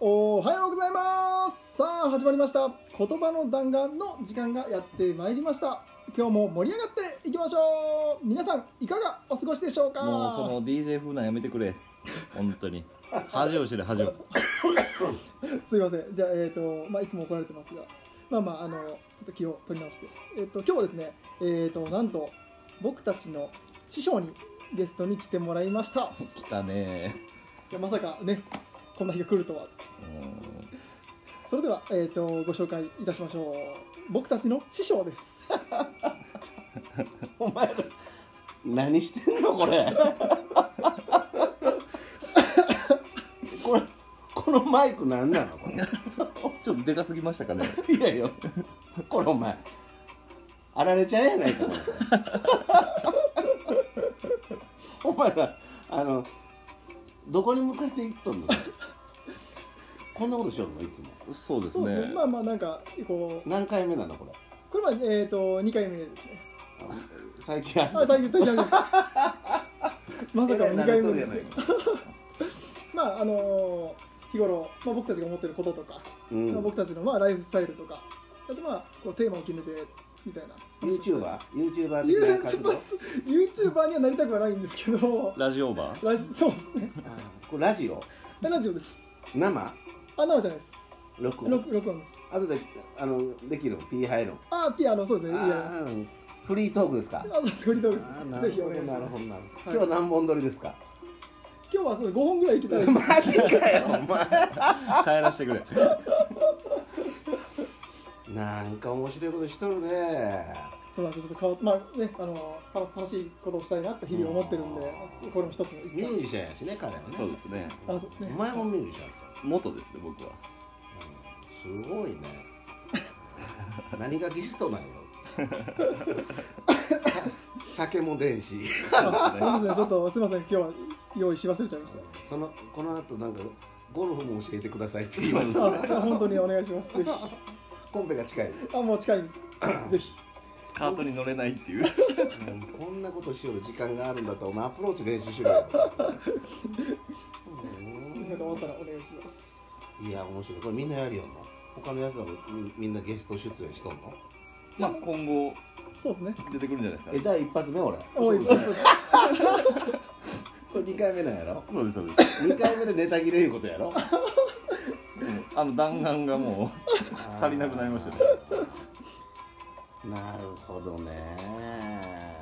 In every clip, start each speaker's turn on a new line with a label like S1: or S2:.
S1: おはようございますさあ始まりました言葉の弾丸の時間がやってまいりました今日も盛り上がっていきましょう皆さんいかがお過ごしでしょうか
S2: もうその DJ 風なんやめてくれ本当に恥を知れ恥を
S1: すいませんじゃあえっ、とまあいつも怒られてますがまあまああのちょっと気を取り直してえっ、と今日はですねえっ、となんと僕たちの師匠にゲストに来てもらいました
S2: 来たね
S1: いやまさかねこんな日が来るとは
S2: うん
S1: それでは、えー、とご紹介いたしましょう僕たちの師匠です
S3: お前ら何してんのこれこれこのマイク何なのこ
S2: ちょっとでかすぎましたかね
S3: れいやいやこれお前あられちゃんやないかこれお前らあのどこに向かって行っとんのこんなことしよるのいつも
S2: そうです
S1: そうですね
S2: ね
S1: まあまあなんかこう
S3: 何回目なのこれ
S1: これは、えー、と2回目ですね
S3: あ最近あ
S1: あ最近最近あり ましたまさかの2回目ですねまああのー日頃、まあ、僕たちが思ってることとか、
S3: うん
S1: まあ、僕たちのまあライフスタイルとかあとまあこうテーマを決めてみたいな
S3: YouTuberYouTuber
S1: ユ
S3: 的な
S1: ーチュ
S3: 活
S1: ーバ
S3: 動
S1: ー ユーチューバーにはなりたくはないんですけど
S2: ラジオーバー
S1: ラジ そうですね
S3: あこれラジオ
S1: ラジオです
S3: 生
S1: あなおじゃないです
S3: 録音
S1: 録録音です
S3: あとであのできるの P 入るの
S1: あピアノそうですねいいや
S3: あーフリートークですか
S1: あそうですフリートー
S3: あー
S1: ク
S3: な
S1: ですぜ
S3: る
S1: ひお願い
S3: ほど
S1: し
S3: なる
S1: ま
S3: ほ
S1: す
S3: どなるほど
S1: はい
S3: 今日何本撮りですか
S1: 今日はそうです5本ぐらいいけたらいい
S3: マジかよお前
S2: 帰らせてくれ
S3: なんか面白いことしとるね
S1: そうなんですちょっと変わっまあねあのた楽しいことをしたいなって日々思ってるんで
S3: うん
S1: これも一つの
S3: ミ
S1: 一
S3: ュー
S1: 環
S3: ジシャンやしね彼はね
S2: そうですね
S1: あそうですね
S3: お前もミュージシャンや
S2: 元ですね僕は
S3: ったのうんすごいね何がゲストな んよ酒も出んし
S2: そうですね
S1: そうですねちょっとすみません今日は用意し忘れちゃいました
S3: そのこの後なんかゴルフも教えてくださいって言
S2: そ
S3: わ
S2: う
S3: れ
S2: で
S3: て
S2: すね
S1: あ本当にお願いしますぜ
S3: コンペが近い
S1: ひあもう近いですぜひ
S2: カートに乗れないっていう
S3: うんこんなことしよる時間があるんだったらお前アプローチ練習しろようん
S1: なんか終わったらお願いします
S3: いや面白いこれみんなやるよな他のやつらもみみんなゲスト出演しとんの
S2: まあ今後
S1: そうですね
S2: 出てくるんじゃないですか
S3: え第一発目俺
S1: おい
S2: そ
S1: そう
S2: うですね
S1: です
S3: これ2回目なんやろ
S2: そうですそうです
S3: 2回目でネタ切れいうこと やろ
S2: うんあの弾丸がも足りなくなりましたね
S3: なるほどね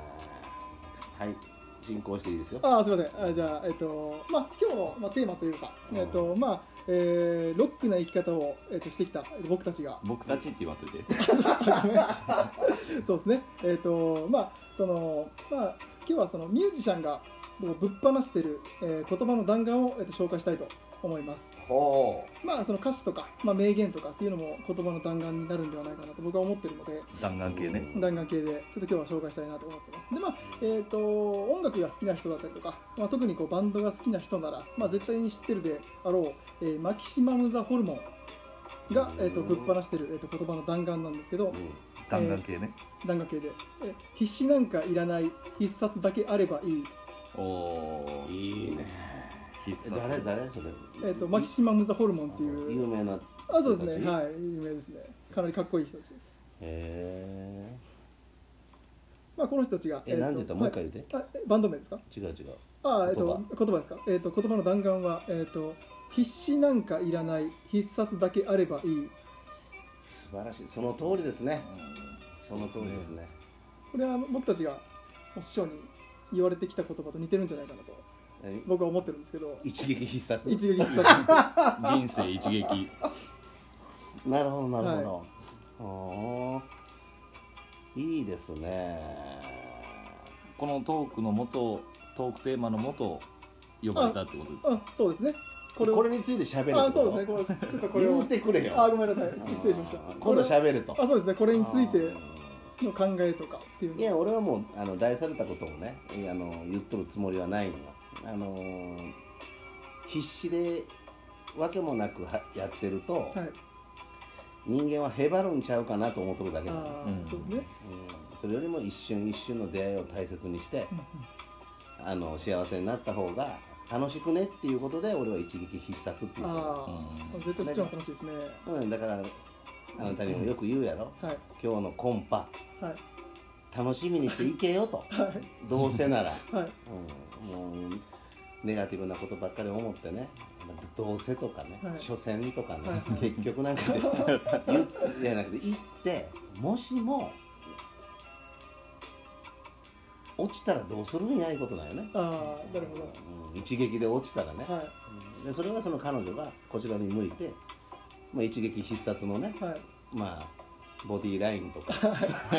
S3: はい進行していいですよ
S1: あすみませんあじゃあえっとまあ今日のまあテーマというかえっとまあえーロックな生き方をえっとしてきた僕たちが
S2: う僕たちって言わんといて
S1: そうですね。えっ、とまあそのまあ今日はそのミュージシャンがこうぶっ放してる、えー言葉の弾丸を、えーと紹介したいと思います。
S3: ほ
S1: まあその歌詞とかまあ名言とかっていうのも言葉の弾丸になるんではないかなと僕は思ってるので
S2: 弾丸系ね
S1: 弾丸系でちょっと今日は紹介したいなと思ってます。でまあえっ、と音楽が好きな人だったりとか、まあ、特にこうバンドが好きな人ならまあ絶対に知ってるであろう、えーマキシマムザホルモンが、えー、とぶっ放してる、えー、と言葉の弾丸なんですけど。
S3: うん
S2: 弾丸系ね
S1: 弾丸系でえ必死なんかいらない必殺だけあればいい、
S2: おおー
S3: いいね
S2: 必殺
S3: 誰誰それ
S1: えー、とマキシマム・ザ・ホルモンってい
S3: 有
S1: う
S3: 名な
S1: あそうですね
S3: い
S1: はい
S3: へ
S1: 有名ですねかなりかっこいい人たちです、
S3: え
S1: まあ、この人たちが
S3: え
S1: ーと
S3: なんて言ったもう一回言うて
S1: はいあえバンド名ですか
S3: 違う違う
S1: あーえっ、
S3: 言葉
S1: と言葉ですか、えー、と言葉の弾丸は、えー、と必死なんかいらない必殺だけあればいい
S3: 素晴らしいその通りですね
S2: うん
S3: その通りですね
S1: これは僕たちがお師匠に言われてきた言葉と似てるんじゃないかなと
S3: え
S1: 僕は思ってるんですけど
S3: 一撃必殺
S1: 一撃必殺
S2: 人生一撃
S3: なるほどなるほど、ほーいいですね
S2: このトークの元トークテーマの元呼ばれたってことで
S1: あそうですね
S3: こ
S1: これ
S3: れ
S1: を
S3: について喋る
S1: あそうですねこれちょっとこれ
S3: 言
S1: を
S3: うてくれよ
S1: あごめんなさい失礼しました
S3: あー今度喋ると
S1: あそうですねこれについて
S3: あ
S1: の考えとかっていう
S3: ーいや俺はもうあの大されたことをねいやあの言っとるつもりはないのよあのー必死でわけもなくはやってると、
S1: はい
S3: 人間はへばるんちゃうかなと思っとるだけなの
S1: あ
S2: う
S1: ー
S2: ん
S1: そうね
S3: うんそれよりも一瞬一瞬の出会いを大切にして
S1: うん
S3: あの幸せになった方が楽しくねっていうことで俺は一撃必殺っていうか、
S1: ああ、絶対そっちの方が楽しいですね。
S3: うん、だからあなたにもよく言うやろ、
S1: はい、
S3: 今日のコンパ
S1: はい、
S3: 楽しみにしていけよと
S1: はい、
S3: どうせなら、
S1: はい、
S3: うん、もうネガティブなことばっかり思ってねどうせとかね、
S1: はい
S3: 所詮とかね、
S1: はいはい
S3: 結局なんかで言ってじゃなくて行ってもしも落ちたらどうするんやいうことだよね、
S1: ああ、なるほ
S3: うん一撃で落ちたらね、
S1: ど。は
S3: でそれはその彼女がこちらに向いて、まあ、一撃必殺のね
S1: い、はい、
S3: まあボディーラインとか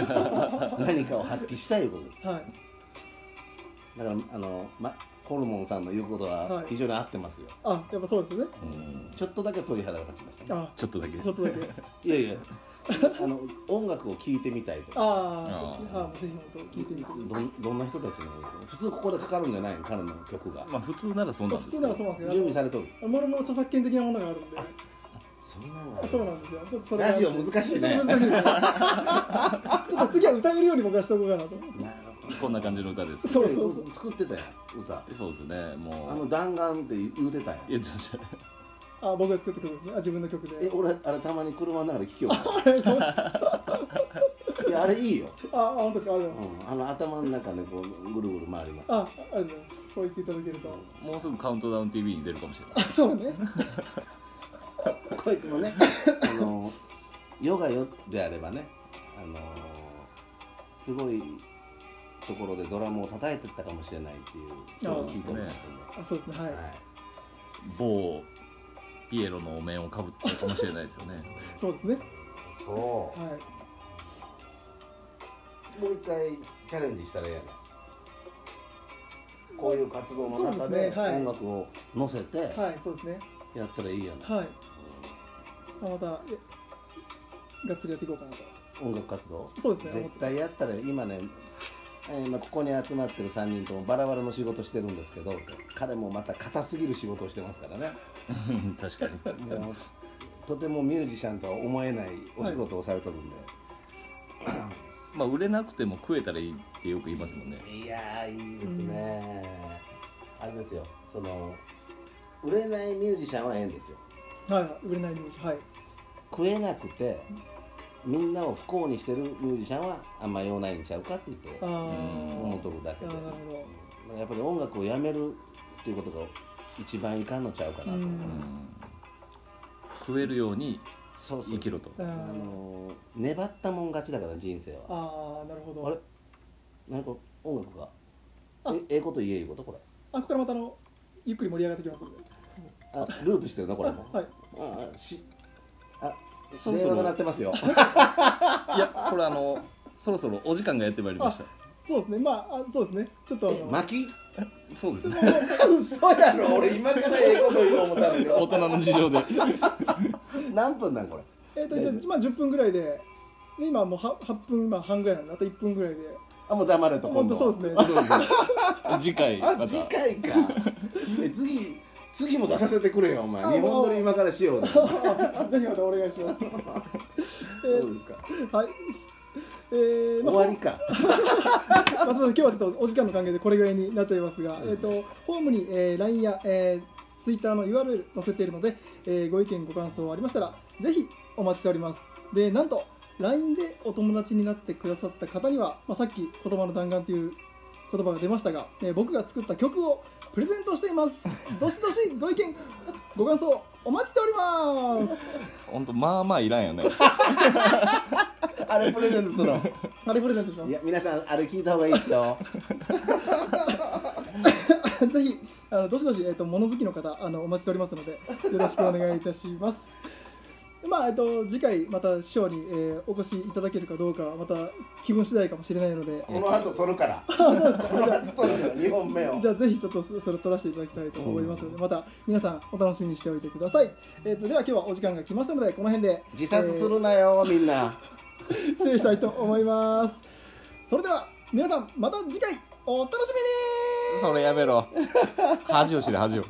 S3: 何かを発揮したいいうことです
S1: はい、
S3: だからあの、ま、ホルモンさんの言うことは
S1: はい
S3: 非常に合ってますよ、
S1: あ、やっぱそうですね。
S2: うん
S3: ちょっとだけ鳥肌が立ちました、ね、
S1: あ、
S2: ちょっとだけ
S1: ちょっとだ け。
S3: いやいや あの音楽を聴いてみたいとか
S1: ああ、そうですね。あ、ぜひ本当聞いてみて。
S3: どんどんな人たちのですよ普通ここでかかるんじゃないの彼の曲が
S2: まあ普通ならそうなん
S1: 普
S2: です
S1: 通ならそうなんですけど
S3: 準備されとる
S1: もろもろ著作権的なものがあるんで。
S3: そんな
S1: あそうなんですよ。ちょっとそれ
S3: ラジオ難しいね
S1: ちょっと難しいですね。 ちょっと次は歌えるように僕はしておこうか なと。
S3: なるほど
S2: こんな感じの歌です
S1: そうそうそう
S3: 作ってたやん歌
S2: そうですねもう
S3: あの弾丸って言うてたやん
S2: 言ってました
S1: あ、僕が作った曲ですね。あ、自分の曲
S3: え
S1: で。
S3: 俺あれたまに車の中で聴きよ う
S1: ありがとうございます。
S3: いやあれいいよ、
S1: あ、あ本当ですか。ありが
S3: う
S1: とうございます。
S3: ん、あの頭の中でこうぐるぐる回ります
S1: あ、ありがとうございます。そう言っていただけると。
S2: もうすぐカウントダウン TV に出るかもしれない
S1: あ、そうね。
S3: こいつもねあのヨガよであればねあのすごいところでドラムを叩いてったかもしれないっていうちょっと聞いておりますんで
S1: あ、そうですね。はい。
S3: はい
S2: 某ピエロのお面をかぶってるかもしれないですよ ね
S1: そうですね。
S3: そ
S1: はい。
S3: うもう一回チャレンジしたらええやなこういう活動の中
S1: そうで
S3: です
S1: ねはい
S3: 音楽を乗せて
S1: はい、そうですね。
S3: やったらいいやな、
S1: はい。まあまた、えがっつりやっていこうかなと。
S3: 音楽活動
S1: そうですね。思
S3: 絶
S1: って
S3: 対やったら今ね、えーまあ、ここに集まってる3人ともバラバラの仕事してるんですけど彼もまた硬すぎる仕事をしてますからね
S2: 確かに
S3: もうとてもミュージシャンとは思えないお仕事をされてるんで、
S2: まあ売れなくても食えたらいいってよく言いますもんね
S3: い、やーいいですね、あれですよその売れないミュージシャンはええんですよ
S1: はい、売れないイメージ。はい。
S3: 食えなくてみんなを不幸にしてるミュージシャンはあんま用ないんちゃうかって言って
S1: あ
S2: うん
S1: ー
S3: 思っとるだけで
S1: あーなるほ
S3: やっぱり音楽をやめるっていうことが一番いかんのちゃうかな
S1: う
S3: と、
S1: ん
S2: うん食えるように
S3: そうそう
S2: 生きろと
S1: ど。
S3: あ
S1: うん
S3: のー粘ったもん勝ちだから人生は
S1: あー、なるほど。
S3: あれなんか音楽が
S1: あ
S3: えええこと言えいうことこれ
S1: あ、ここからまたあの、ゆっくり盛り上がってきますんで。
S3: あループしてるなこれ も
S1: はい。
S3: ああしあ
S2: そろそろ
S3: 電話が鳴ってますよ
S2: いやこれあのそろそろお時間がやってまいりました
S1: そうですね。まあ、あそうですね。ちょっとあ
S3: え
S1: の、
S3: 巻き
S2: そうですね
S3: 嘘やろ俺今からええこと言おう思ったのに
S2: 大人の事情で
S3: 何分なんこれ
S1: えっと、じゃあまあ、10分ぐらいで、で今もうは8分今半ぐらいなんで、あと1分ぐらいで。
S3: あもう黙れと
S1: 本
S3: 今
S1: 当
S3: 度
S1: そうですね。
S2: 次回ま
S3: あ
S2: た
S3: 次回かえ次次も出させてくれよお前
S1: あ
S3: 日本撮り今からしようねそ
S1: ぜひまたお願いします。
S3: うですか
S1: えー はい。えー、
S3: 終
S1: まあ
S3: わりか
S1: まあ、すみません、今日はちょっとお時間の関係でこれぐらいになっちゃいますが、えっ、と、ホームに、えー、LINE や、えー、Twitter の URL 載せているので、えー、ご意見、ご感想ありましたら、ぜひお待ちしております。で、なんと、LINE でお友達になってくださった方には、まあ、さっき、言葉の弾丸という言葉が出ましたが、えー僕が作った曲をプレゼントしています。どしどしご意見、ご感想、お待ちしております。
S2: 本当まあまあいらんよね
S3: あれプレゼントするの
S1: あれプレゼントします
S3: い。や皆さんあれ聞いた方がいいですよ
S1: ぜひあのどしどし、えっと物好きの方あのお待ちしておりますのでよろしくお願いいたします。 まあえっと次回また師匠に、えーお越しいただけるかどうかはまた気分次第かもしれないので
S3: この後撮るからこの後撮るから2本目を
S1: じゃあぜひちょっとそそれ取らせていただきたいと思いますのでまた皆さんお楽しみにしておいてください。えっとでは今日はお時間が来ましたのでこの辺で
S3: 自殺するなよみんな
S1: えー失礼したいと思います。それでは皆さんまた次回お楽しみに
S2: それやめろ恥を知れ恥を